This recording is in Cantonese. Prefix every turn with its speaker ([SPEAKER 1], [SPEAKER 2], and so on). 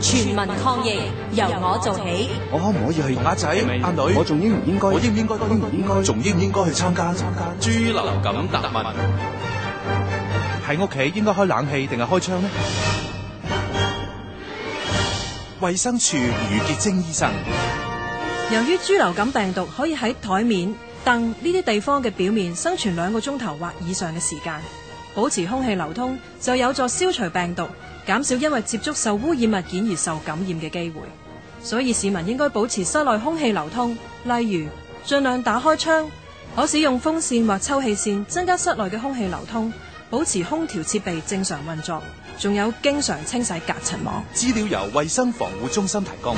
[SPEAKER 1] 全民抗疫，由我做起。
[SPEAKER 2] 我可唔可以去阿仔、阿女？
[SPEAKER 3] 我仲應唔應該？
[SPEAKER 2] 我應唔應該？應唔應該？仲應唔應該去參加？參加
[SPEAKER 4] 豬流感答問，
[SPEAKER 2] 喺屋企應該開冷氣定係開窗呢？衛生署余潔貞醫生，
[SPEAKER 5] 由於豬流感病毒可以喺台面、凳呢啲地方嘅表面生存兩個鐘頭或以上嘅時間，保持空氣流通就有助消除病毒，減少因為接觸受污染物件而受感染嘅機會。所以市民應該保持室內空氣流通，例如盡量打開窗，可使用風扇或抽氣扇增加室內嘅空氣流通，保持空調設備正常運作，仲有經常清洗隔塵網。
[SPEAKER 2] 資料由衛生防護中心提供。